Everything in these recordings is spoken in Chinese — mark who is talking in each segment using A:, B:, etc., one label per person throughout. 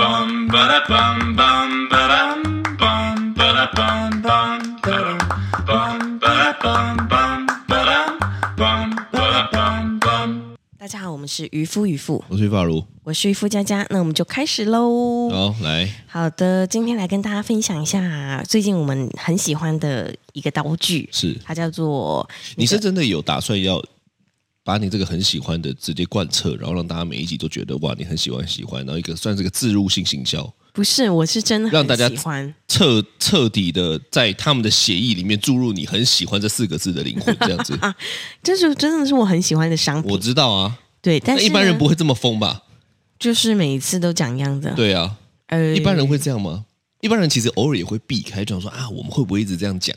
A: bum ba da bum bum ba dum bum ba da bum bum ba dum bum ba da bum bum ba dum bum ba da bum bum.
B: 大家好，我们是渔夫渔妇，
C: 我是法如，
B: 我是渔夫佳佳，那我们就开始喽。
C: 好来，
B: 好的，今天来跟大家分享一下最近我们很喜欢的一个刀具，
C: 是
B: 它叫做
C: 你是真的有打算要把你这个很喜欢的直接贯彻，然后让大家每一集都觉得哇，你很喜欢喜欢，然后一个算是个自入性行销，
B: 不是，我是真的很
C: 让大家
B: 喜欢，
C: 彻彻底的在他们的协议里面注入你很喜欢这四个字的灵魂，这 样子，
B: 这是真的是我很喜欢的商
C: 我
B: 品，
C: 知道啊，
B: 对，但
C: 那
B: 是
C: 一般
B: 呢
C: 人不会这么疯吧？
B: 就是每一次都讲一样的，
C: 对啊，
B: 呃
C: 一般人会这样吗？一般人其实偶尔也会避开，这样说啊，我们会不会一直这样讲？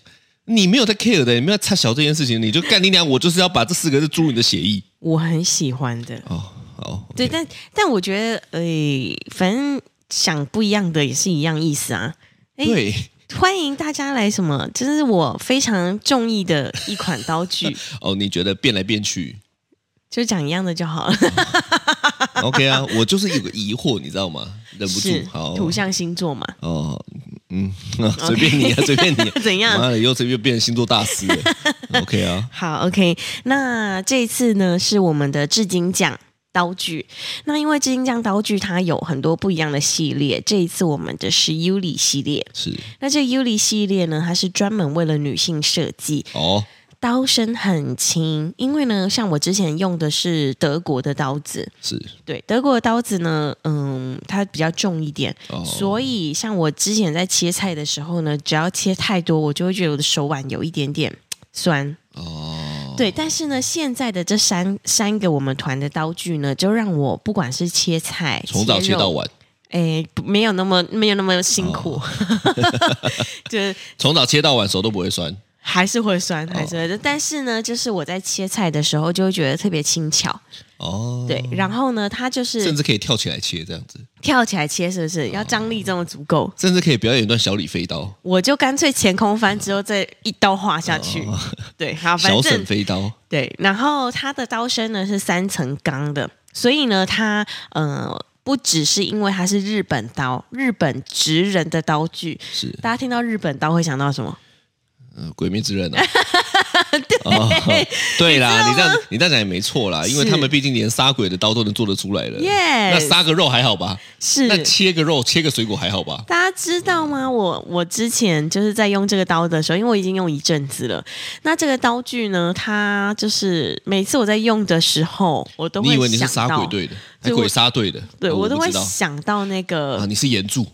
C: 你没有在 care 的，你没有在插小这件事情，你就干你娘！我就是要把这四个字注入你的协议
B: 我很喜欢的，
C: 哦，好，
B: 对，但但我觉得，诶、反正想不一样的也是一样意思啊。诶
C: 对。
B: 欢迎大家来什么？这是我非常中意的一款刀 具，
C: 哦，你觉得变来变去
B: 就讲一样的就好了。
C: ，OK 啊？我就是有个疑惑，你知道吗？忍不
B: 是
C: 住，好，
B: 图像星座嘛？，
C: 哦，嗯， 随便你啊，随便你啊
B: 怎样
C: 妈的，又随便变成星座大师了，OK 啊？
B: 好，OK。那这一次呢，是我们的至今奖刀具。那因为至今奖刀具它有很多不一样的系列，这一次我们的是 Uli 系列。
C: 是
B: 那这 Uli 系列呢，它是专门为了女性设计，
C: 哦，
B: 刀身很轻，因为呢，像我之前用的是德国的刀子，
C: 是
B: 对，德国的刀子呢，嗯，它比较重一点，
C: 哦，
B: 所以像我之前在切菜的时候呢，只要切太多，我就会觉得我的手腕有一点点酸。
C: 哦，
B: 对，但是呢，现在的这三三个我们团的刀具呢，就让我不管是切菜、
C: 从早切
B: 肉
C: 到，晚，哦
B: 哎，不没有那么没有那么辛 苦，就是
C: 从早切到晚，手都不会酸。
B: 还是会酸，还是会
C: 哦
B: 酸。但是呢，就是我在切菜的时候就会觉得特别轻巧，
C: 哦，
B: 对。然后呢，它就
C: 甚
B: 是
C: 至可以跳起来切，这样子，
B: 跳起来切，是不是？要张力这么足够，
C: 甚至可以表演一段小李飞刀、
B: 我就干脆前空翻之后再一刀划下去。 对，好，反
C: 哦小沈
B: 正
C: 飞刀，
B: 对。然后它的刀身呢是三层钢的，所以呢，它呃。不只是因为它是日本刀，日本职人的刀具，
C: 是
B: 大家听到日本刀会想到什么？
C: 嗯，《鬼灭之刃》 啊。对、 对啦，你这样你这样讲也没错啦，因为
B: 是
C: 他们毕竟连杀鬼的刀都能做得出来了。
B: Yes
C: 那杀个肉还好吧？
B: 是
C: 那切个肉、切个水果还好吧？
B: 大家知道吗？我我之前就是在用这个刀的时候，因为我已经用一阵子了。那这个刀具呢，它就是每次我在用的时候，我都会想
C: 你以
B: 到，
C: 为你是杀鬼队的，还
B: 对我
C: 鬼杀队的？
B: 对
C: 哦
B: 我
C: 我
B: 都
C: 不
B: 会
C: 知道
B: 想到那个，
C: 啊，你是岩柱，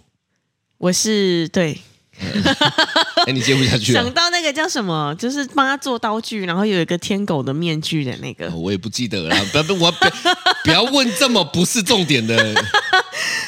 B: 我是对
C: 哎，你接不下去
B: 想
C: 了。
B: 到那个叫什么，就是帮他做刀具，然后有一个天狗的面具的那个
C: 哦。我也不记得了啦， 不要不，我不要不要问这么不是重点的。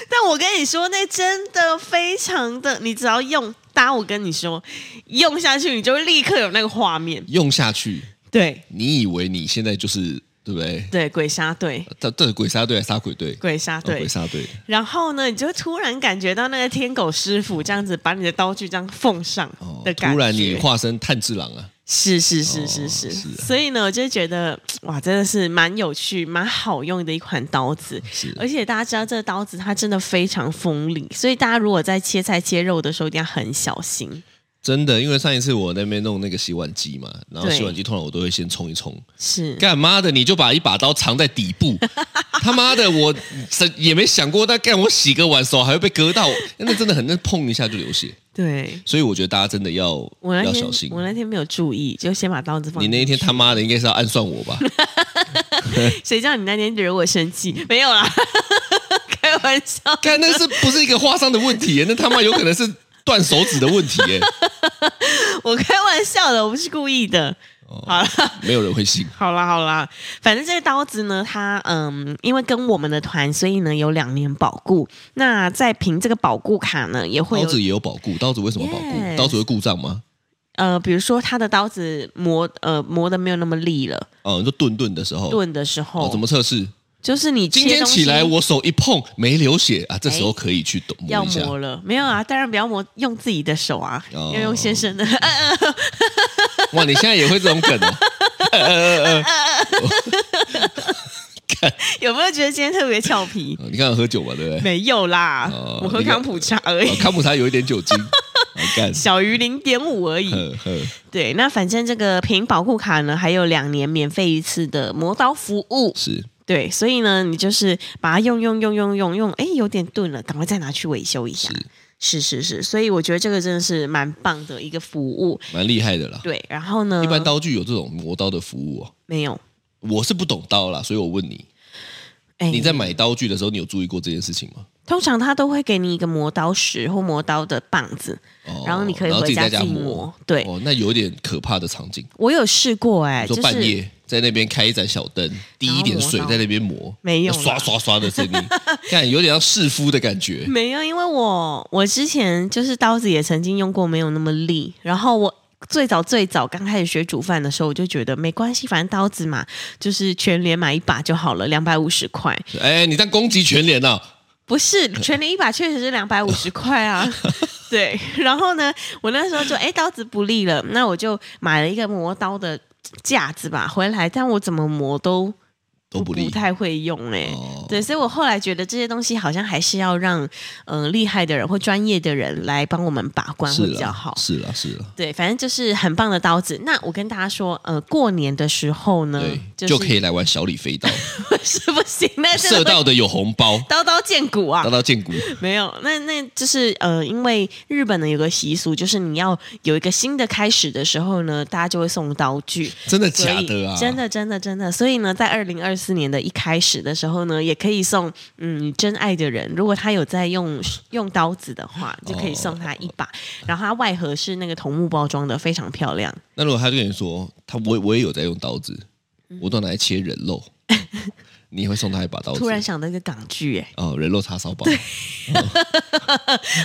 B: 但我跟你说，那真的非常的，你只要用搭，我跟你说，用下去你就会立刻有那个画面。
C: 用下去，
B: 对
C: 你以为你现在就是对不对？
B: 对，鬼杀队，
C: 到到底鬼杀队还是杀鬼队？
B: 鬼杀
C: 哦
B: 队
C: 鬼。杀队。
B: 然后呢，你就突然感觉到那个天狗师傅这样子把你的刀具这样奉上
C: 哦
B: 的，感觉，
C: 突然你化身炭治郎啊！
B: 是是是是
C: 哦
B: 是，
C: 是啊
B: 所以呢，我就觉得哇，真的是蛮有趣、蛮好用的一款刀子。
C: 是
B: 而且大家知道，这个刀子它真的非常锋利，所以大家如果在切菜切肉的时候，一定要很小心。
C: 真的，因为上一次我那边弄那个洗碗机嘛，然后
B: 对
C: 洗碗机通常我都会先冲一冲。
B: 是，
C: 干妈的，你就把一把刀藏在底部， 他妈的，我这也没想过，那干我洗个碗手还会被割到，那真的很，那碰一下就流血。
B: 对
C: 所以我觉得大家真的要
B: 我那
C: 要
B: 天
C: 小心。
B: 我那天没有注意，就先把刀子放
C: 你
B: 进去。
C: 那一天他妈的应该是要暗算我吧？
B: 谁叫你那天惹我生气？
C: 嗯
B: 没有啦， 开玩笑。
C: 干那是不是一个划伤的问题耶？那他妈有可能是断手指的问题耶！
B: 我开玩笑的，我不是故意的。
C: 哦
B: 好了，
C: 没有人会信。
B: 好啦，好啦，反正这个刀子呢，它嗯，因为跟我们的团，所以呢有两年保固。那在凭这个保固卡呢，也会
C: 刀
B: 有
C: 子也有保固，刀子为什么保固
B: Yes
C: 刀子会故障吗？
B: 呃，比如说它的刀子磨呃磨的没有那么利了，
C: 哦，你说顿顿的时候，
B: 钝的时候，
C: 哦，怎么测试？
B: 就是你
C: 今
B: 切
C: 天
B: 东西哎
C: 起来，我手一碰没流血啊，这时候可以去抖
B: 要
C: 摸一下。
B: 磨了，没有啊？当然不要磨，用自己的手啊，
C: 哦
B: 要用先生的。
C: 哇，你现在也会这种梗哦？呃呃呃呃
B: 有没有觉得今天特别俏 皮？
C: 哦你刚刚喝酒嘛，对不对？
B: 没有啦，
C: 哦
B: 我喝
C: 你有
B: 康普茶而已
C: 哦，康普茶有一点酒精， 好干。
B: 小于零点五而 已。
C: 呵呵
B: 对，那反正这个凭保护卡呢，还有两年免费一次的磨刀服务。
C: 是
B: 对，所以呢，你就是把它用用用用用用，哎，有点钝了，赶快再拿去维修一下。是是是，所以我觉得这个真的是蛮棒的一个服务。
C: 蛮厉害的啦。
B: 对，啊然后呢，
C: 一般刀具有这种磨刀的服务哦，
B: 没有。
C: 我是不懂刀啦，所以我问你，
B: 哎，
C: 你在买刀具的时候，你有注意过这件事情吗？
B: 通常他都会给你一个磨刀石或磨刀的棒子，
C: 哦
B: 然后你可以
C: 然后自
B: 回
C: 己在
B: 自
C: 家
B: 己
C: 磨。
B: 对，
C: 哦，那有一点可怕的场景，
B: 我有试过哎、
C: 说
B: 就
C: 半
B: 是
C: 夜在那边开一盏小灯，滴一点水
B: 然后磨刀
C: 在那边磨，
B: 没有啦
C: 刷刷刷的声 音，看有点像弑夫的感觉。
B: 没有，因为我我之前就是刀子也曾经用过，没有那么利。然后我最早最早刚开始学煮饭的时候，我就觉得没关系，反正刀子嘛，就是全联买一把就好了，两百五十块。
C: 哎，你在攻击全脸呐、啊？
B: 不是全年一把确实是两百五十块 啊。对，然后呢，我那时候就哎刀子不利了，那我就买了一个磨刀的架子吧回来，但我怎么磨都
C: 都不利
B: 不太会用哎、
C: 哦
B: 对，所以我后来觉得这些东西好像还是要让嗯、呃厉害的人或专业的人来帮我们把关会
C: 是
B: 比较
C: 啦
B: 好。
C: 是啦，是啦，
B: 对，反正就是很棒的刀子。那我跟大家说，呃，过年的时候呢，
C: 对，
B: 嗯是
C: 就可以来玩小李飞刀，
B: 是不行，那真的
C: 射
B: 会
C: 到的有红包，
B: 刀刀见骨啊
C: 刀！到 见骨。
B: 没有，那那就是呃，因为日本呢有个习俗，就是你要有一个新的开始的时候呢，大家就会送刀具。
C: 真的
B: 所
C: 假
B: 以
C: 的啊？
B: 真的真的真的，所以呢，在二零二四年的一开始的时候呢，也可以送嗯你真爱的人，如果他有在用用刀子的话，就可以送他一把。
C: 哦
B: 然后它外盒是那个桐木包装的，非常漂亮。
C: 那如果他就跟你说，他我我也有在用刀子，
B: 嗯
C: 我都拿来切人 肉，你会送他一把刀子？
B: 突然想到一个港剧、哎。
C: 哦，人肉叉烧包，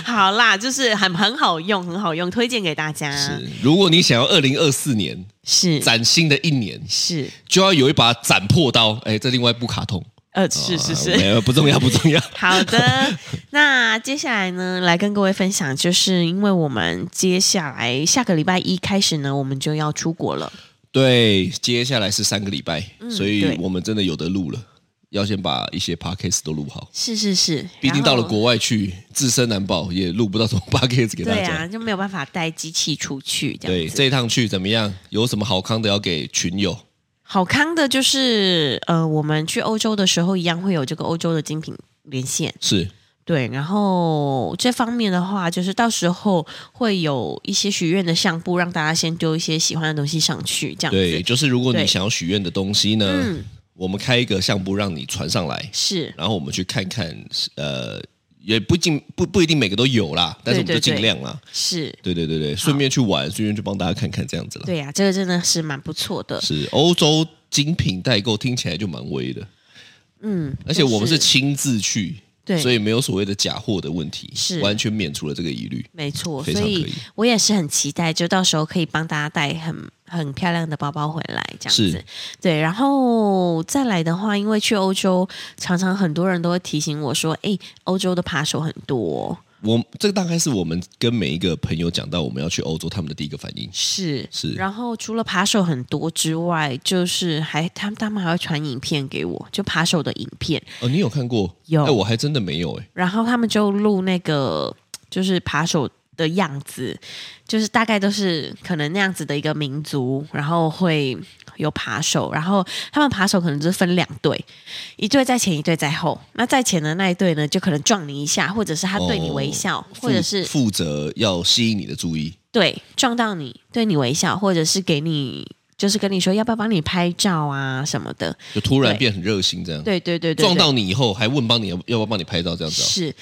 B: 好啦，就是很很好用，很好用，推荐给大家。
C: 是。如果你想要二零二四年
B: 是
C: 崭新的一年，
B: 是
C: 就要有一把斩破刀。哎，这另外一部卡通，
B: 呃是是是
C: 啊，没有不重要，不重要。
B: 好 的，那接下来呢，来跟各位分享，就是因为我们接下来下个礼拜一开始呢，我们就要出国了。
C: 对，接下来是三个礼拜，所以
B: 嗯对
C: 我们真的有的录了。要先把一些 podcast 都录好，
B: 是是是，
C: 毕竟
B: 然后
C: 到了国外去，自身难保，也录不到什么 podcast 给大
B: 对
C: 家。
B: 啊，就没有办法带机器出去这
C: 对，
B: 样子。
C: 这一趟去怎么样？有什么好康的要给群友？
B: 好康的就是，呃，我们去欧洲的时候一样会有这个欧洲的精品连线，
C: 是
B: 对。然后这方面的话，就是到时候会有一些许愿的相簿，让大家先丢一些喜欢的东西上去，这样
C: 对，呃
B: 子。
C: 就是如果你
B: 对嗯
C: 想要许愿的东西呢，我们开一个相簿让你传上来，
B: 是
C: 然后我们去看看，呃，也不尽不不一定每个都有啦，但是我们就
B: 对对
C: 尽量啦。
B: 是，
C: 对对对对，顺便去玩，顺便去帮大家看看这样子啦。
B: 对呀、这个真的是蛮不错的。
C: 是欧洲精品代购听起来就蛮威的，
B: 嗯，
C: 而且我们
B: 就是
C: 亲自去，
B: 对
C: 所以没有所谓的假货的问题，
B: 是
C: 完全免除了这个疑虑。
B: 没错，
C: 非
B: 所
C: 常可以
B: 以我也是很期待，就到时候可以帮大家带很很漂亮的包包回来，这样子
C: 是。
B: 对，然后再来的话，因为去欧洲，常常很多人都会提醒我说：“哎，欧洲的扒手很多。
C: 我这个大概是我们跟每一个朋友讲到我们要去欧洲，他们的第一个反应”
B: 是
C: 是
B: 然后除了扒手很多之外，就是还他们他们还会传影片给我，就扒手的影片，
C: 哦，你有看过？
B: 有
C: 哎，我还真的没有哎、
B: 然后他们就录那个就是扒手的样子，就是大概都是可能那样子的一个民族，然后会有扒手，然后他们扒手可能就是分两队，一队在前，一队在后。那在前的那一队呢，就可能撞你一下，或者是他对你微笑，
C: 哦负
B: 或者是
C: 负责要吸引你的注意，
B: 对撞到你，对你微笑，或者是给你。就是跟你说要不要帮你拍照啊什么的，
C: 就突然
B: 对
C: 变很热心这样。
B: 对对对对对，
C: 撞到你以后还问帮你要要不要帮你拍照这样子啊、
B: 是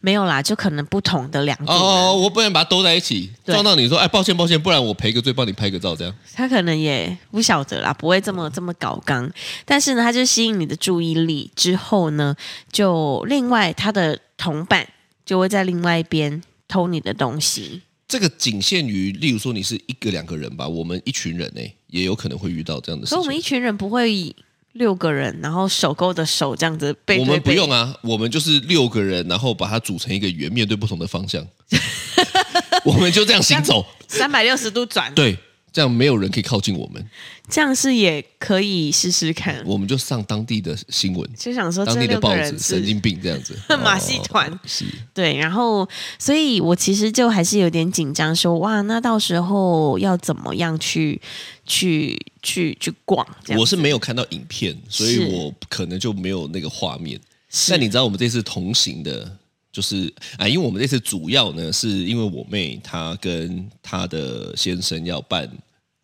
B: 没有啦，就可能不同的两组
C: 哦
B: 人
C: 哦，我不能把它兜在一起。
B: 对
C: 撞到你说，哎，抱歉抱歉，不然我赔个罪帮你拍个照这样。
B: 他可能也不晓得啦，不会这么这么搞刚，但是呢，他就吸引你的注意力之后呢，就另外他的同伴就会在另外一边偷你的东西。
C: 这个仅限于，例如说你是一个两个人吧，我们一群人呢、欸也有可能会遇到这样的事
B: 可
C: 情。
B: 我们一群人不会六个人，然后手勾着手这样子背
C: 我
B: 对
C: 们不
B: 背，
C: 用啊，我们就是六个人，然后把它组成一个 圆，面对不同的方向，我们就这样行走。
B: 三百六十度转。
C: 对，这样没有人可以靠近我们，
B: 这样是也可以试试看。
C: 我们就上当地的新闻，
B: 就想说
C: 当
B: 这
C: 地的
B: 六个
C: 报
B: 人
C: 纸，神
B: 是，
C: 经病这样子
B: 马戏团
C: 哦是
B: 对，然后所以我其实就还是有点紧张说，哇，那到时候要怎么样去去去去逛？这样
C: 我是没有看到影片，所
B: 是
C: 以我可能就没有那个画面。
B: 是
C: 但你知道我们这次同行的，就是啊，因为我们这次主要呢，是因为我妹她跟她的先生要办，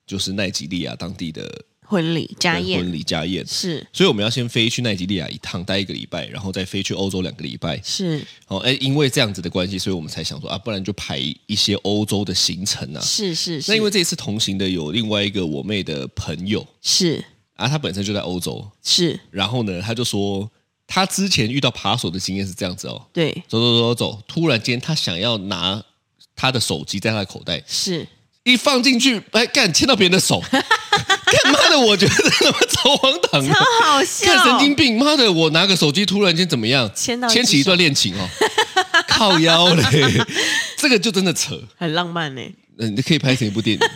C: 就是奈及利亚当地的
B: 婚礼家宴
C: 婚礼家宴，
B: 是
C: 所以我们要先飞去奈及利亚一趟，待一个礼拜，然后再飞去欧洲两个礼拜。
B: 是
C: 哦，哎，因为这样子的关系，所以我们才想说啊，不然就排一些欧洲的行程啊。
B: 是是是，
C: 那因为这次同行的有另外一个我妹的朋友
B: 是
C: 啊，她本身就在欧洲，
B: 是
C: 然后呢，他就说他之前遇到扒手的经验是这样子哦，
B: 对
C: 走走走走，突然间他想要拿他的手机在他的口袋
B: 是
C: 一放进去，哎干牵到别人 的手，干妈的，我觉得他妈超荒唐的
B: 超。 好笑，哦
C: 看神经病，妈的！我拿个手机，突然间怎么样？
B: 牵到一只
C: 牵起一段 恋情哦，靠腰嘞，这个就真的扯。
B: 很浪漫呢、
C: 嗯，你可以拍成一部电影，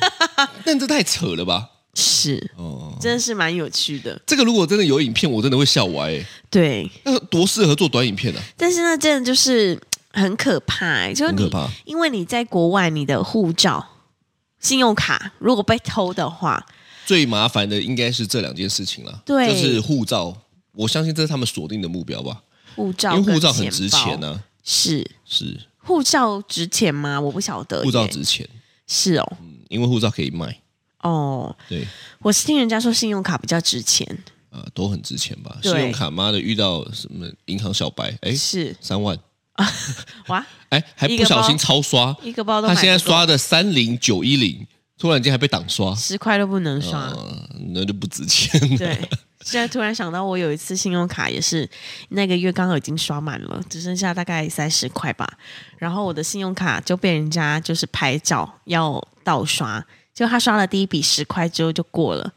C: 但这太扯了吧？
B: 是
C: 哦，
B: 真的是蛮有趣的，
C: 这个如果真的有影片，我真的会笑歪、欸。
B: 对。
C: 那多适合做短影片啊！
B: 但是呢，真的就是很可怕、欸，就是
C: 很
B: 你
C: 可怕
B: 因为你在国外，你的护照、信用卡如果被偷的话，
C: 最麻烦的应该是这两件事情了，
B: 对
C: 就是护照，我相信这是他们锁定的目标吧，
B: 护
C: 因
B: 照
C: 为护
B: 跟
C: 照很
B: 钱
C: 值
B: 包
C: 钱啊呢、
B: 是
C: 是
B: 护照值钱吗？我不晓得耶，
C: 护照值钱，
B: 是哦，
C: 嗯因为护照可以卖，
B: 哦，
C: 对，
B: 我是听人家说信用卡比较值钱，
C: 啊、都很值钱吧？
B: 对
C: 信用卡妈的遇到什么银行小白，哎，
B: 是
C: 三万，
B: 哇，
C: 哎，还
B: 一
C: 不
B: 个包
C: 小心超刷，
B: 一个包都
C: 他
B: 买不
C: 现在
B: 够
C: 刷的三零九一零，突然间还被挡刷，
B: 十块都不能刷，
C: 啊，那就不值钱了。
B: 对。现在突然想到，我有一次信用卡也是那个月刚好已经刷满了，只剩下大概三十块吧。然后我的信用卡就被人家就是拍照要盗刷，就他刷了第一笔十块之后就过了，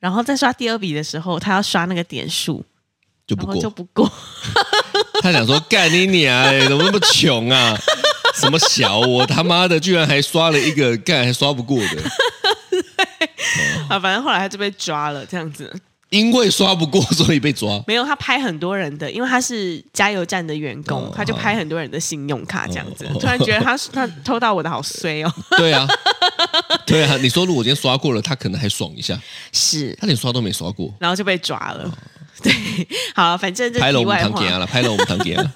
B: 然后再刷第二笔的时候，他要刷那个点数，
C: 就不
B: 然后
C: 过
B: 就不过。
C: 他想说干你娘、欸，怎么那么穷啊？什么小我他妈的，居然还刷了一个干还刷不过的，
B: 啊，反正后来他就被抓了，这样子
C: 因为刷不过所以被抓。
B: 没有他拍很多人的，因为他是加油站的员工，
C: 哦
B: 他就拍很多人的信用卡这样子。
C: 哦
B: 突然觉得他他偷到我的好衰 哦，
C: 对啊，对啊，你说如果今天刷过了，他可能还爽一下，
B: 是，
C: 他连刷都没刷过。
B: 然后就被抓了。 对，好，反正这
C: 哦拍了我
B: 题
C: 们
B: 外
C: 堂
B: 话
C: 姐。啊了，拍了我们堂姐了。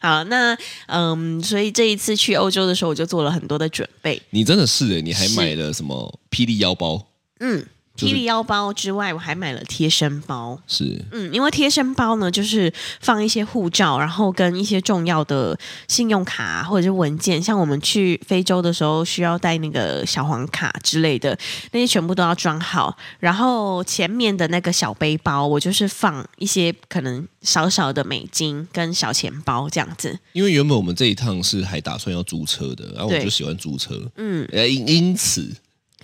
B: 好，那嗯，所以这一次去欧洲的时候，我就做了很多的准备。
C: 你真的是哎、你还
B: 是
C: 买了什么霹雳腰包？
B: 嗯，
C: 就是
B: 霹雳腰包之外，我还买了贴身包。
C: 是
B: 嗯，因为贴身包呢，就是放一些护照，然后跟一些重要的信用卡啊或者是文件，像我们去非洲的时候需要带那个小黄卡之类的，那些全部都要装好。然后前面的那个小背包，我就是放一些可能少少的美金跟小钱包这样子。
C: 因为原本我们这一趟是还打算要租车的，然后我
B: 对
C: 就喜欢租车，
B: 嗯，
C: 呃，因因此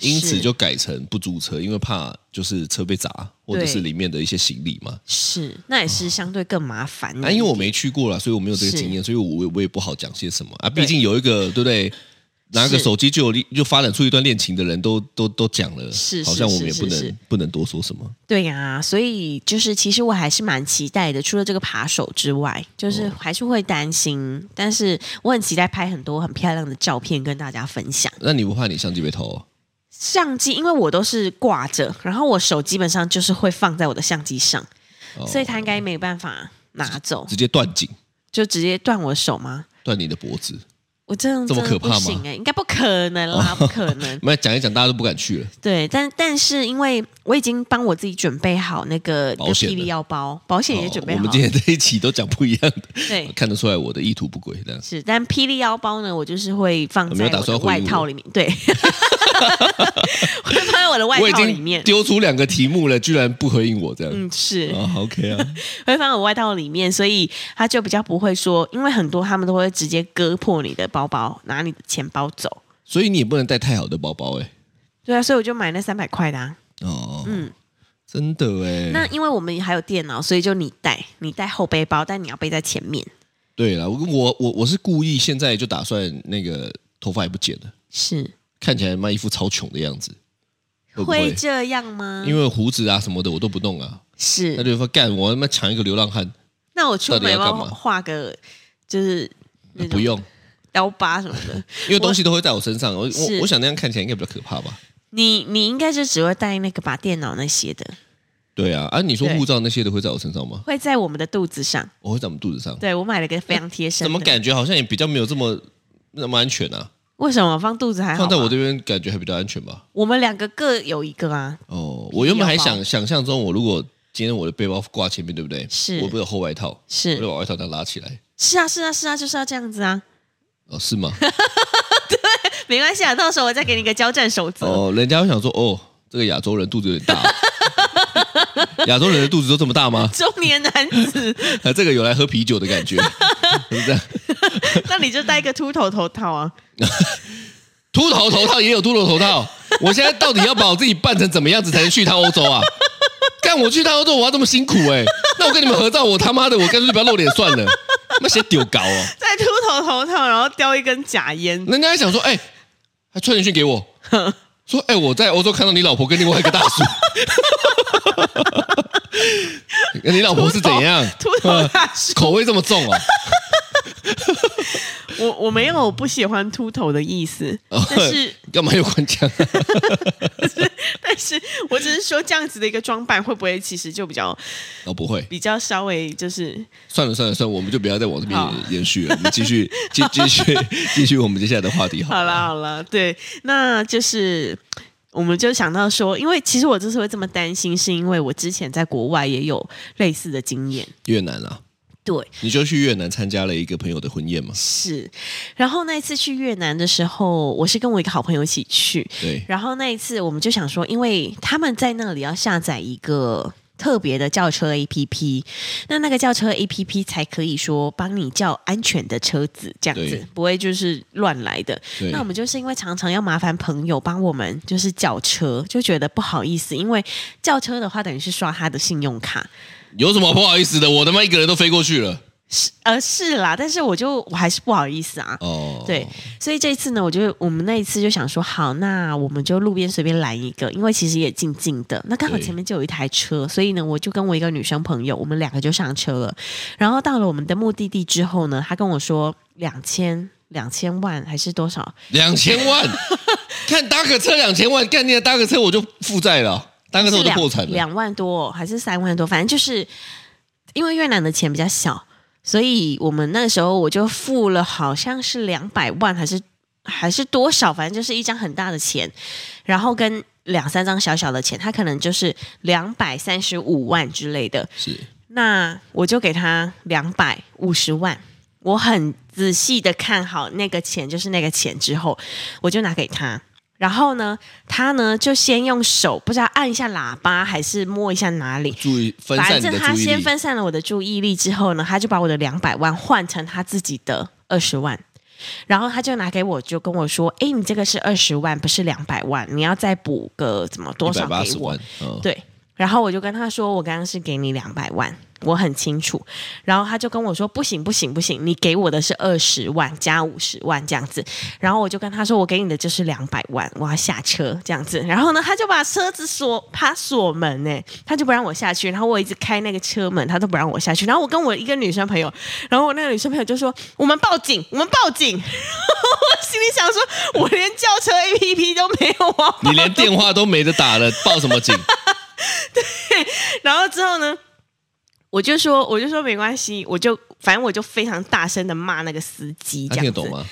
C: 因此
B: 是
C: 就改成不租车，因为怕就是车被砸，或者
B: 对
C: 是里面的一些行李嘛。
B: 是，那也是相对更麻烦的一点。
C: 啊，因为我没去过啦，所以我没有这个
B: 是
C: 经验，所以我也我也不好讲些什么啊。
B: 对
C: 毕竟有一个对不对，拿
B: 是
C: 个手机就有力就发展出一段恋情的人都都都讲了，
B: 是
C: 好
B: 是
C: 像我
B: 是
C: 们也
B: 是
C: 不
B: 是
C: 能不能多说什么。
B: 对呀、所以就是其实我还是蛮期待的。除了这个扒手之外，
C: 嗯
B: 就是还是会担心，但是我很期待拍很多很漂亮的照片跟大家分享。
C: 那你不怕你相机被偷哦？
B: 相机因为我都是挂着，然后我手基本上就是会放在我的相机上，
C: 哦
B: 所以他应该没办法拿走，
C: 直接断颈，
B: 就直接断我手吗？
C: 断你的脖子。
B: 我真的
C: 这么
B: 真的
C: 可怕吗哦
B: 不行哎、应该不可能啦，不可能。
C: 那讲一讲，大家都不敢去了。
B: 对，但但是因为我已经帮我自己准备好那个那
C: 保
B: 个
C: 险
B: 霹雳
C: 的
B: 腰包，保险也准备
C: 哦
B: 好
C: 我
B: 了。
C: 们今天这一期都讲不一样的，
B: 对，
C: 看得出来我的意图不轨。这样
B: 是，但霹雳腰包呢，我就是会放
C: 我没
B: 在
C: 有打
B: 我的
C: 算回
B: 外
C: 应
B: 套
C: 我
B: 里面，对， 我会放在我的外
C: 我已
B: 套里
C: 经
B: 面。
C: 丢出两个题目了，居然不回应我这样。
B: 嗯，是
C: 啊，OK 啊，
B: 会放在我外套里面，所以他就比较不会说，因为很多他们都会直接割破你的包包，拿你的钱包走。
C: 所以你也不能带太好的包包哎。
B: 对啊，所以我就买那三百块的、啊。
C: 哦，
B: 嗯
C: 真的哎。
B: 那因为我们还有电脑，所以就你带，你带后背包，但你要背在前面。
C: 对啦，我我我我是故意现在就打算那个头发也不剪了，
B: 是
C: 看起来妈一副超穷的样子，会不
B: 会
C: 会？
B: 这样吗？
C: 因为胡子啊什么的我都不弄啊，他
B: 是，
C: 就说干我他妈抢一个流浪汉，
B: 那我出门要不要
C: 到底要干嘛
B: 画个就是那
C: 不
B: 种
C: 用，
B: 刀疤什么的？
C: 因为东西都会在我身上，我
B: 是
C: 我我想那样看起来应该比较可怕吧？
B: 你你应该是只会带那个把电脑那些的，
C: 对啊，啊你说
B: 对
C: 护照那些的会在我身上吗？
B: 会在我们的肚子上。
C: 我会在我们肚子上，
B: 对我买了个非常贴身的，
C: 怎么感觉好像也比较没有这么 那么安全啊？
B: 为什么放肚子还好吧？
C: 放在我这边感觉还比较安全吧？
B: 我们两个各有一个啊，
C: 哦，我原本还
B: 皮
C: 想
B: 包
C: 想象中，我如果今天我的背包挂前面，对不对？
B: 是
C: 我不是有厚外套，我
B: 是
C: 就把外套这样拉起来。
B: 是啊是啊是啊，就是要这样子啊，
C: 哦，是吗？
B: 没关系啊，到时候我再给你一个交战守则。
C: 哦，人家会想说，哦，这个亚洲人肚子有点大，亚洲人的肚子都这么大吗？
B: 中年男子，
C: 啊，这个有来喝啤酒的 感觉，是不是？
B: 那你就戴一个秃头头套啊！
C: 秃头头套也有秃头 头套，我现在到底要把我自己扮成怎么样子才能去一趟欧洲啊？干我去一趟欧洲，我要这么辛苦哎、那我跟你们合照，我他妈的，我干脆不要露脸算了，那些丢搞哦。
B: 戴秃头头套，然后叼一根假烟，
C: 人家还想说，哎、还传简讯给我，说，哎、我在欧洲看到你老婆跟另外一个大 叔，你老婆是怎样？
B: 秃头
C: 嗯
B: 大叔，
C: 口味这么重哦、
B: 我我没有不喜欢秃头的意思，
C: 哦
B: 但是
C: 干嘛有关枪、
B: 但是我只是说这样子的一个装扮会不会其实就比较
C: 哦，不会，
B: 比较稍微就是
C: 算了算了算了，我们就不要再往这边
B: 好
C: 延续了，我们继续继继续继续我们接下来的话题好了。
B: 好啦好啦，对，那就是。我们就想到说，因为其实我这次会这么担心，是因为我之前在国外也有类似的经验。
C: 越南啊，
B: 对，
C: 你就去越南参加了一个朋友的婚宴嘛？
B: 是。然后那一次去越南的时候，我是跟我一个好朋友一起去，
C: 对，
B: 然后那一次我们就想说，因为他们在那里要下载一个。特别的轿车 APP，那那个轿车 APP 才可以说帮你叫安全的车子，这样
C: 对
B: 子不会就是乱来的。
C: 对
B: 那我们就是因为常常要麻烦朋友帮我们就是叫车，就觉得不好意思，因为叫车的话等于是刷他的信用卡，
C: 有什么不好意思的？我他妈一个人都飞过去了。
B: 呃是啦，但是我就我还是不好意思啊，
C: 哦，
B: 对，所以这一次呢，我就我们那一次就想说，好，那我们就路边随便拦一个，因为其实也静静的。那刚好
C: 对
B: 前面就有一台车，所以呢，我就跟我一个女生朋友，我们两个就上车了。然后到了我们的目的地之后呢，她跟我说两千两千万还是多少？
C: 两千 万，看搭个车两千万，干你的搭个车我就负债了，搭个
B: 是
C: 车我就
B: 两
C: 破产了。
B: 两万多还是三万多？反正就是因为越南的钱比较小，所以我们那时候我就付了好像是两百万还是还是多少，反正就是一张很大的钱，然后跟两三张小小的钱，他可能就是两百三十五万之类的。
C: 是
B: 那我就给他两百五十万。我很仔细的看好那个钱，就是那个钱之后，我就拿给他。然后呢，他呢就先用手不知道按一下喇叭还是摸一下哪里，
C: 注意分散
B: 反
C: 你的
B: 正他
C: 注意
B: 先
C: 力。
B: 分散了我的注意力之后呢，他就把我的两百万换成他自己的二十万，然后他就拿给我，就跟我说：“诶，你这个是二十万，不是两百万，你要再补个怎么多
C: 一百
B: 少
C: 八
B: 给
C: 十
B: 我
C: 万？，嗯，
B: 对，然后我就跟他说，我刚刚是给你两百万，我很清楚。然后他就跟我说，不行不行不行，你给我的是二十万加五十万这样子。然后我就跟他说，我给你的就是两百万，我要下车这样子。然后呢，他就把车子锁，他锁门呢、他就不让我下去。然后我一直开那个车门，他都不让我下去。然后我跟我一个女生朋友，然后我那个女生朋友就说，我们报警，我们报警。 然后我心里想说，我连轿车 APP 都没有啊，
C: 你连电话都没得打了，报什么警？
B: 然后之后呢，我就说，我就说没关系，我就反正我就非常大声的骂那个司机，
C: 他
B: 这
C: 啊听
B: 样
C: 得
B: 子
C: 懂？吗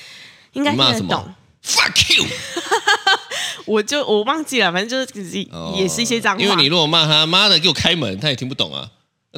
B: 应该听
C: 你骂
B: 得
C: 什么
B: 懂。
C: ？Fuck you！
B: 我就我忘记了，反正就是
C: 哦
B: 也是一些脏话。
C: 因为你如果骂他，妈的给我开门，他也听不懂啊。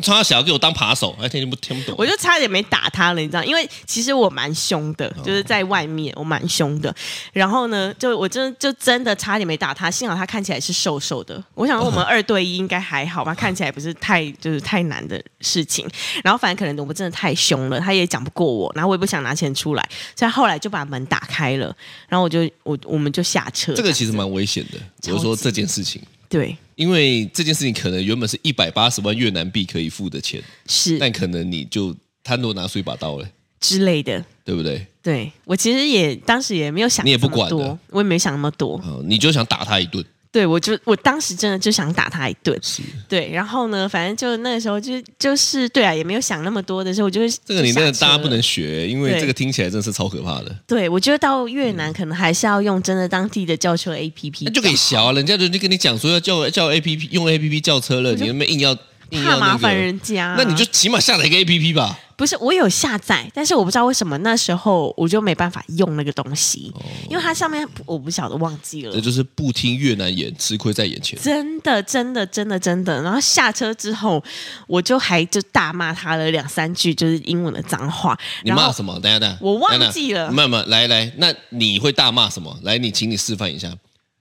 C: 穿他小给我当扒手，还听不听不懂？
B: 我就差点没打他了，你知道？因为其实我蛮凶的，
C: 哦
B: 就是在外面我蛮凶的。然后呢，就我真就真的差点没打他，幸好他看起来是瘦瘦的。我想说我们二对一应该还好吧，看起来不是太就是太难的事情。然后反正可能我真的太凶了，他也讲不过我，然后我也不想拿钱出来，所以他后来就把门打开了，然后我就我我们就下车。
C: 这个其实蛮危险的。
B: 超级
C: 我说这件事情，
B: 对
C: 因为这件事情可能原本是一百八十万越南币可以付的钱，
B: 是
C: 但可能你就他如果拿出一把刀了，
B: 之类的。
C: 对不对？
B: 对我其实也当时也没有想，
C: 你也不管
B: 多
C: 的，
B: 我也没想那么多。
C: 啊、你就想打他一顿，
B: 对我就我当时真的就想打他一顿，对。然后呢，反正就那个时候就就是对啊，也没有想那么多的时候，我就会
C: 这个你
B: 就
C: 真
B: 下
C: 的
B: 车
C: 大家
B: 了
C: 不能学，因为
B: 对
C: 这个听起来真的是超可怕的。
B: 对，我觉得到越南可能还是要用真的当地的叫车 A P
C: 嗯
B: P，
C: 那就可以小啊，人家人就跟你讲说要叫叫 A P P 用 A P P 叫车了，你那么硬要硬
B: 怕
C: 要
B: 麻
C: 那
B: 烦
C: 个，
B: 人家。
C: 那你就起码下载一个 A P P 吧。
B: 不是我有下载，但是我不知道为什么那时候我就没办法用那个东西，因为它上面我不晓得忘记了
C: 哦这。就是不听越南言，吃亏在眼前。
B: 真的，真的，真的，真的。然后下车之后，我就还就大骂他了两三句，就是英文的脏话。
C: 你
B: 然后
C: 骂什么？等一下等一下，
B: 我忘
C: 等一下
B: 记了
C: 没有没有，来来，那你会大骂什么？来，你请你示范一下，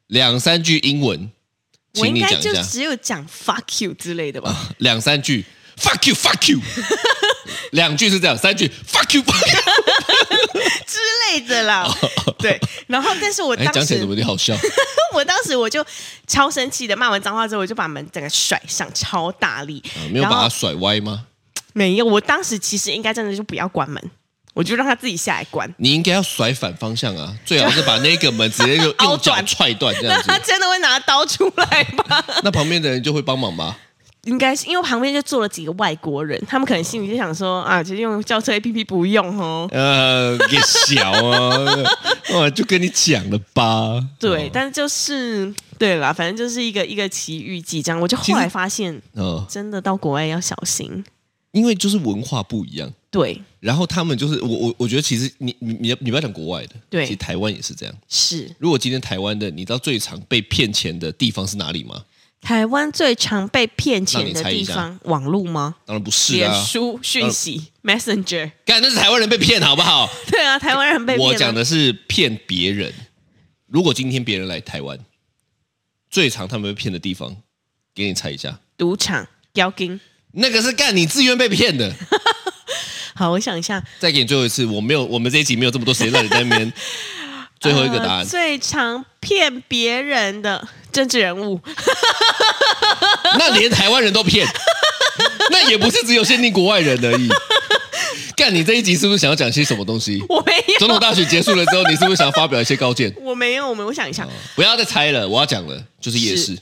C: 两三句英文，
B: 我
C: 请
B: 应
C: 你
B: 该
C: 讲一
B: 就
C: 下，哦
B: 只有讲 fuck you 之类的吧？
C: 两三句，fuck you，fuck you，两句是这样，三句 fuck you，fuck you。
B: 之类的啦。对，然后但是我
C: 哦哎，
B: 当
C: 讲起
B: 时
C: 来怎么有点好笑？
B: 我当时我就超生气的，骂完脏话之后，我就把门整个甩上，超大力。
C: 啊没有
B: 然后
C: 把它甩歪吗？
B: 没有，我当时其实应该真的就不要关门，我就让他自己下来关。
C: 你应该要甩反方向啊，最好是把那个门直接就
B: 凹
C: 用脚
B: 转
C: 踹断这
B: 那
C: 样子
B: 他，真的会拿刀出来 吗？
C: 那旁边的人就会帮忙 吧。
B: 应该是因为旁边就坐了几个外国人，他们可能心里就想说啊，其实用轿车 APP 不用哦。
C: 呃，也小 啊，我就跟你讲了吧。
B: 对，但是就是对啦，反正就是一个一个奇遇记这样。我就
C: 其
B: 后
C: 实
B: 来发现，
C: 嗯，
B: 真的到国外要小心。
C: 因为就是文化不一样，
B: 对，
C: 然后他们就是我我我觉得其实你你你你不要讲国外的，
B: 对
C: 其实台湾也是这样。
B: 是
C: 如果今天台湾的，你知道最常被骗钱的地方是哪里吗？
B: 台湾最常被骗
C: 让
B: 钱
C: 你
B: 的
C: 猜
B: 地
C: 一下
B: 方，网络吗？
C: 当然不是
B: 脸
C: 啊，呃
B: 书讯息、Messenger，
C: 干那是台湾人被骗好不好？
B: 对啊，台湾人 被骗
C: 我
B: 了
C: 讲的是骗别人。如果今天别人来台湾，最常他们被骗的地方，给你猜一下，
B: 赌场、交金。
C: 那个是干你自愿被骗的。
B: 好，我想一下，
C: 再给你最后一次，我没有，我们这一集没有这么多时间让你在那 边。最后一个答
B: 呃
C: 案，
B: 最常骗别人的政治人物，
C: 那连台湾人都骗，那也不是只有限定国外人而已。干，你这一集是不是想要讲些什么东西？
B: 我没
C: 总统
B: 有，
C: 大选结束了之后，你是不是想要发表一些高见？
B: 我没有，我没有，我想一下
C: 不要再猜了，我要讲了，就是夜市。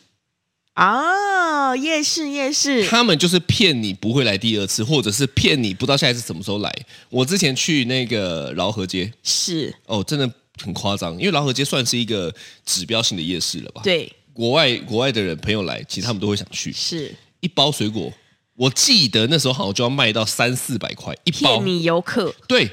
B: 啊、哦，夜市，夜市，
C: 他们就是骗你不会来第二次，或者是骗你不知道下一次什么时候来。我之前去那个饶河街，
B: 是
C: 哦，真的很夸张，因为饶河街算是一个指标性的夜市了吧？，
B: 对，
C: 国外国外的人朋友来，其实他们都会想去。
B: 是
C: 一包水果，我记得那时候好像就要卖到三四百块一包
B: 骗。你游客，
C: 对，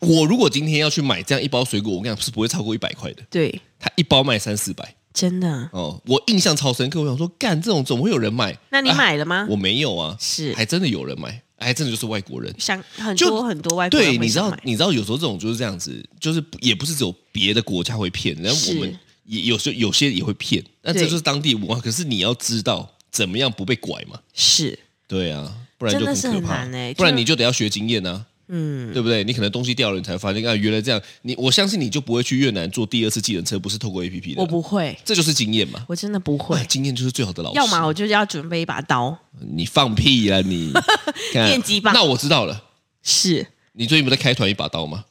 C: 我如果今天要去买这样一包水果，我跟你讲是不会超过一百块的，
B: 对，
C: 它一包卖三四百。
B: 真的。啊
C: 哦，我印象超深刻，我想说，干这种怎么会有人买？
B: 那你
C: 啊
B: 买了吗？
C: 我没有啊，
B: 是
C: 还真的有人买，还真的就是外国人。
B: 想很
C: 就
B: 多很多外国人会
C: 对，你知
B: 想
C: 道
B: 买，
C: 你知道有时候这种就是这样子，就是不也不是只有别的国家会骗，然后我
B: 是
C: 们也有时候有些也会骗，那这
B: 对
C: 就是当地文化。可是你要知道怎么样不被拐嘛，
B: 是
C: 对啊，不然就
B: 真的是
C: 可
B: 很
C: 怕，
B: 难欸
C: 不然
B: 就
C: 你就得要学经验啊。嗯，对不对？你可能东西掉了，你才发现啊，原来这样。你我相信你就不会去越南坐第二次计程车，不是透过 A P P 的。
B: 我，不会，
C: 这就是经验嘛。
B: 我真的不会
C: 哇，。经验就是最好的老师。
B: 要么我就是要准备一把刀，
C: 你放屁啊 你！看
B: 电击棒
C: 那我知道了，
B: 是
C: 你最近不在开团一把刀吗？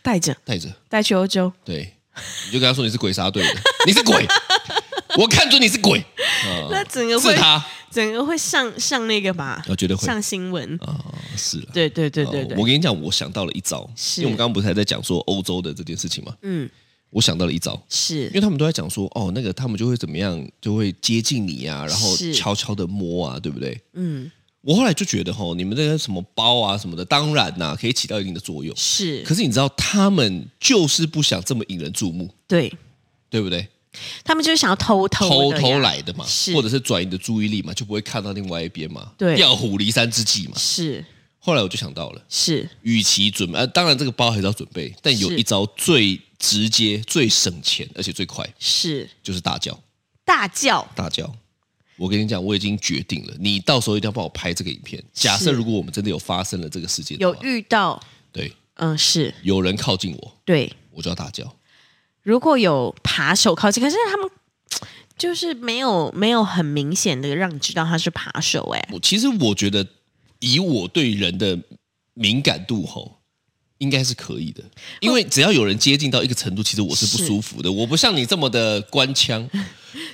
B: 带着
C: 带着，
B: 带去欧洲，
C: 对，你就跟他说你是鬼杀队的，你是 鬼，我看准你是鬼，
B: 那整个
C: 是
B: 会
C: 嗯他。
B: 整个会上上那个吧？
C: 我觉得会
B: 上新闻。
C: 啊、是了。
B: 对 对对对
C: 哦我
B: 对，
C: 跟你讲，我想到了一招，
B: 是
C: 因为我们刚刚不是还在讲说欧洲的这件事情嘛，
B: 嗯，
C: 我想到了一招，因
B: 是
C: 为他们都在讲说，哦，那个他们就会怎么样，就会接近你啊，然后
B: 是
C: 悄悄的摸啊，对不对？
B: 嗯
C: 我后来就觉得，吼，你们那个什么包啊什么的，当然呐、可以起到一定的作用，
B: 是
C: 可，是你知道，他们就是不想这么引人注目，
B: 对
C: 对不对？
B: 他们就是想要偷
C: 偷
B: 偷的呀
C: 偷，来的嘛，
B: 是
C: 或者是转移你的注意力嘛，就不会看到另外一边嘛。
B: 对
C: 调虎离山之计嘛。
B: 是
C: 后来我就想到了，
B: 是
C: 与其准备，呃，当然这个包还是要准备，但有
B: 是
C: 一招最直接、最省钱，而且最快，
B: 是
C: 就是大叫
B: 大叫，
C: 大叫。我跟你讲，我已经决定了，你到时候一定要帮我拍这个影片。假设
B: 是
C: 如果我们真的有发生了这个事件的
B: 有
C: 话，
B: 遇到，
C: 对，
B: 嗯，是
C: 有人靠近我，
B: 对，
C: 我就要大叫。
B: 如果有扒手靠近，可是他们就是没有没有很明显的让你知道他是扒手、哎，
C: 我其实我觉得，以我对人的敏感度吼，应该是可以的，因为只要有人接近到一个程度，其实我是不舒服的。我不像你这么的 官腔，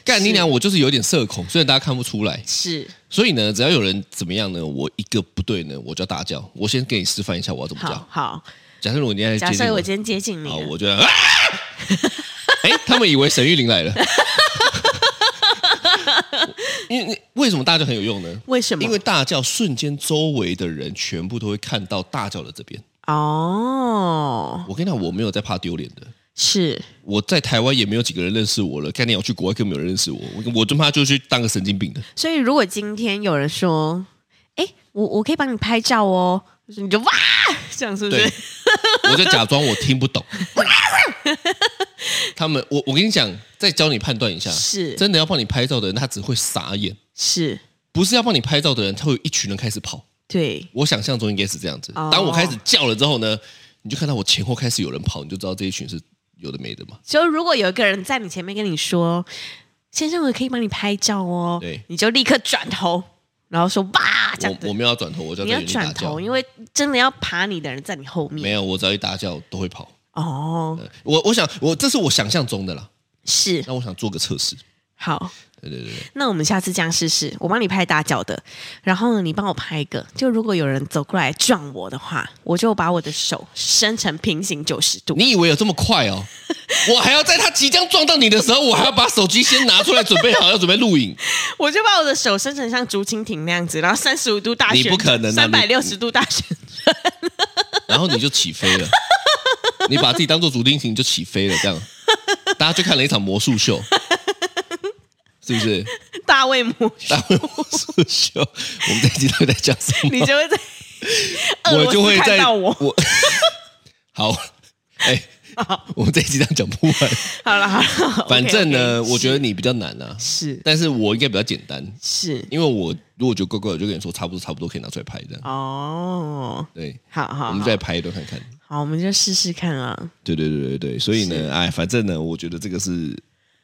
C: 干你娘，我就是有点社恐，虽然大家看不出来。
B: 是
C: 所以呢，只要有人怎么样呢，我一个不对呢，我就要大叫。我先给你示范一下我要怎么
B: 好
C: 叫。
B: 好。
C: 假设我今天
B: 假
C: 接近
B: 设
C: 你
B: 我今天接近你
C: 好，
B: 了，
C: 我觉得，啊 哎、他们以为沈玉玲来了。 因为为什么大叫很有用呢？
B: 为什么？
C: 因为大叫瞬间，周围的人全部都会看到大叫的这边。
B: 哦，
C: 我跟你讲，我没有在怕丢脸的。
B: 是
C: 我在台湾也没有几个人认识我了，概念我去国外根本没有人认识我，我我他妈就去当个神经病的。
B: 所以如果今天有人说，哎，我我可以帮你拍照哦，你就哇，这样是不
C: 对
B: 是？，
C: 我就假装我听不懂。 他们，我我跟你讲，再教你判断一下，
B: 是
C: 真的要帮你拍照的人，他只会傻眼；
B: 是，
C: 不是要帮你拍照的人，他会有一群人开始跑。
B: 对，
C: 我想象中应该是这样子。
B: 哦
C: 当我开始叫了之后呢，你就看到我前后开始有人跑，你就知道这一群是有的没的嘛。
B: 就如果有一个人在你前面跟你说：“先生，我可以帮你拍照哦。”
C: 对
B: 你就立刻转头，然后说“哇”这样
C: 我我
B: 子。
C: 没有要转头，我就
B: 你
C: 要
B: 要
C: 在原地
B: 转
C: 大叫
B: 头，。因为真的要爬你的人在你后面。
C: 没有，我只要一大叫都会跑。
B: 哦，
C: 呃我我想，我这是我想象中的啦。
B: 是
C: 那我想做个测试。
B: 好。
C: 对对对，对
B: 那我们下次这样试试，我帮你拍大脚的，然后呢，你帮我拍一个。就如果有人走过来撞我的话，我就把我的手伸成平行九十度。
C: 你以为有这么快哦？我还要在他即将撞到你的时候，我还要把手机先拿出来准备好，要准备录影。
B: 我就把我的手伸成像竹蜻蜓那样子，然后三十五度大
C: 你
B: 旋转，
C: 不可能啊
B: 三
C: 你
B: 百六十度大旋转。
C: 然后你就起飞了，你把自己当做竹蜻蜓就起飞了，这样大家就看了一场魔术秀，是不是？
B: 大卫魔术
C: 大会魔术秀，我们这一集到底在讲什么？
B: 你就会在俄罗
C: 我
B: 斯
C: 就会
B: 看
C: 在
B: 到我。
C: 我好，哎、我们这一集这样讲不完。
B: 好了好 了，
C: 反正呢
B: OK，OK，
C: 我觉得你比较难啊，
B: 是
C: 但是我应该比较简单，
B: 是
C: 因为我如果觉得怪怪，我就跟你说差不多，差不多可以拿出来拍这样。
B: 哦，
C: 对，
B: 好好，
C: 我们
B: 好
C: 再拍一段看看。
B: 好，我们就试试看啊。
C: 对对对对对，所以呢，哎，反正呢，我觉得这个是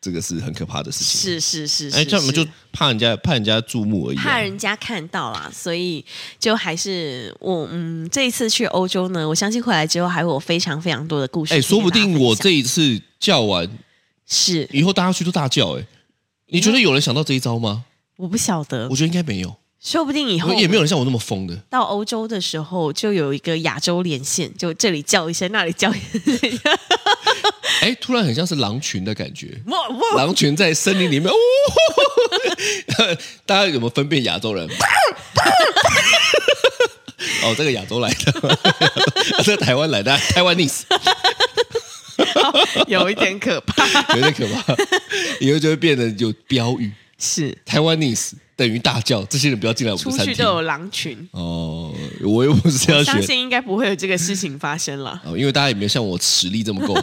C: 这个是很可怕的事情。
B: 是是是，
C: 哎，
B: 是
C: 这样我们就是怕人家怕人家注目而已、啊。
B: 怕人家看到啦，所以就还是我嗯，这一次去欧洲呢，我相信回来之后还会有非常非常多的故事可以
C: 哎，
B: 跟大家
C: 说
B: 分
C: 不
B: 享。
C: 定我这一次叫完，
B: 是
C: 以后大家去都大叫哎、你觉得有人想到这一招吗？
B: 我不晓得
C: 我，觉得应该没有，
B: 说不定以后
C: 也没有人像我那么疯的。
B: 到欧洲的时候，就有一个亚洲连线，就这里叫一声，那里叫一声，
C: 哎，突然很像是狼群的感觉，
B: 哇哇，
C: 狼群在森林里面，哦， 大家有没有分辨亚洲人？ 哦，这个亚洲来 的，这个台湾来的，台湾 nese
B: 有一点可怕，
C: 有点可怕，以后就会变得有标语，
B: 是。
C: 台湾 nese 等于大叫，这些 人不要进来我们
B: 出
C: 的餐
B: 去
C: 厅呃
B: 都。有狼群，
C: 哦，我又不是要
B: 我
C: 学
B: 相信应该不会有这个事情发生了。
C: 哦，因为大家也没有像我实力这么够，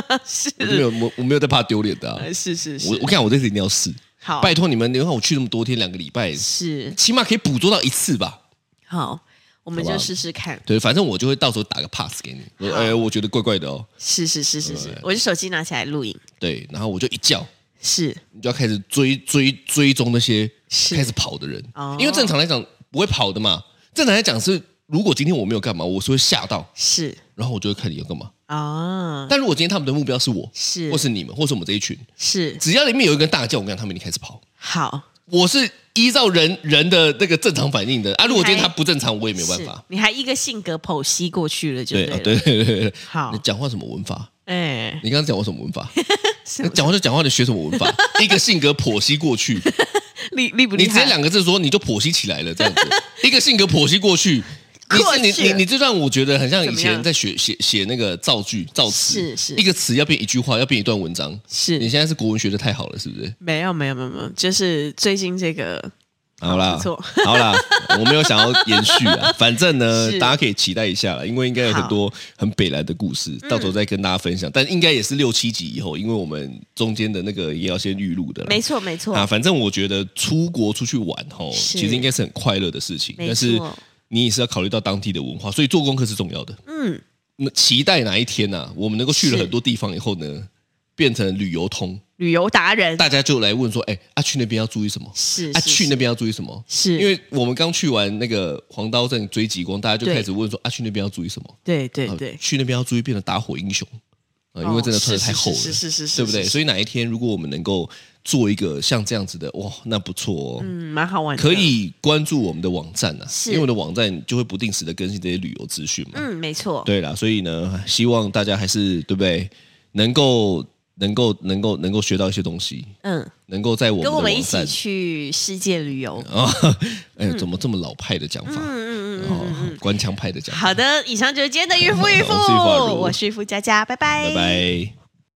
B: 是
C: 我没有我我没有在怕丢脸的、啊。
B: 呃是是
C: 我
B: 是
C: 我，看我这次一定要试，
B: 好，
C: 拜托你们，你看我去那么多天，两个礼拜，
B: 是
C: 起码可以捕捉到一次吧。
B: 好，我们
C: 好
B: 就
C: 吧
B: 试试看。
C: 对，反正我就会到时候打个 pass 给你。我
B: 好
C: 哎，我觉得怪怪的哦。
B: 是是是是是，我就手机拿起来录影。
C: 对，然后我就一叫，
B: 是
C: 你就要开始追追追踪那些
B: 是
C: 开始跑的人
B: 哦，
C: 因为正常来讲不会跑的嘛。正常来讲是，如果今天我没有干嘛，我是会吓到，
B: 是
C: 然后我就会看你要干嘛。
B: 啊，
C: 但如果今天他们的目标是我，
B: 是
C: 或是你们，或是我们这一群，
B: 是
C: 只要里面有一个人大叫，我跟你讲，他们已经开始跑。
B: 好，
C: 我是依照人人的那个正常反应的啊。如果今天他不正常，我也没有办
B: 是
C: 法。
B: 你还一个性格剖析过去了，就
C: 对
B: 了
C: 啊，对对对对，
B: 好
C: 你，讲话什么文法？
B: 哎，
C: 你刚刚讲我什么文法？
B: 是
C: 你讲话就讲话，你学什么文法？一个性格剖析过去，
B: 厉厉不
C: 你
B: 厉
C: 直接
B: 害？
C: 两个字说你就剖析起来了，这样子。一个性格剖析过去，你
B: 过
C: 是
B: 去
C: 你你你这让我觉得很像以
B: 怎么
C: 前
B: 样
C: 在学写写那个造句造
B: 是
C: 词，
B: 是
C: 一个词要变一句话，要变一段文章。你
B: 是
C: 现在是国文学的太好了，是不是？
B: 没有没有没有没有，就是最近这个
C: 好啦，
B: 不错
C: 好啦，我没有想要延 续啊，反正呢
B: 是，
C: 大家可以期待一下啦，因为应该有很多很北来的故事，到时候再跟大家分享。但应该也是六七集以后，因为我们中间的那个也要先预录的啦。
B: 没错没错
C: 啊，，反正我觉得出国出去玩吼，
B: 是
C: 其实应该是很快乐的事情，
B: 没错
C: 但是你也是要考虑到当地的文化，所以做功课是重要的。
B: 嗯，
C: 那期待哪一天呢、啊，我们能够去了
B: 是
C: 很多地方以后呢，变成旅游通。
B: 旅游达人，
C: 大家就来问说，哎、啊去那边要注意什么？
B: 是
C: 啊
B: 是
C: 去那边要注意什么？
B: 是
C: 因为我们刚去完那个黄刀镇追极光，大家就
B: 对
C: 开始问说，啊去那边要注意什么？
B: 对对
C: 啊
B: 对，哦
C: 去那边要注意变成打火英雄。啊，因为真的穿的太厚了，
B: 是是是是是
C: 对不对？
B: 是是
C: 所以哪一天如果我们能够做一个像这样子的，哇，那不错哦。
B: 嗯，蛮好玩的，
C: 可，以关注我们的网站啊，
B: 是
C: 因为我们的网站就会不定时的更新这些旅游资讯嘛。
B: 嗯，没错，
C: 对啦，所以呢，希望大家还是对不对，能够能够能够能够学到一些东西，
B: 嗯，
C: 能够在我们
B: 跟
C: 的
B: 我们一
C: 网
B: 起
C: 站
B: 去世界旅游，
C: 啊， 哎呦，怎么这么老派的讲法？
B: 嗯嗯嗯嗯嗯。
C: 哦，官腔派的讲法。
B: 好的，以上就是今天的渔夫渔夫
C: 我是渔夫阿，如
B: 我是渔夫佳佳，拜拜，
C: 拜拜。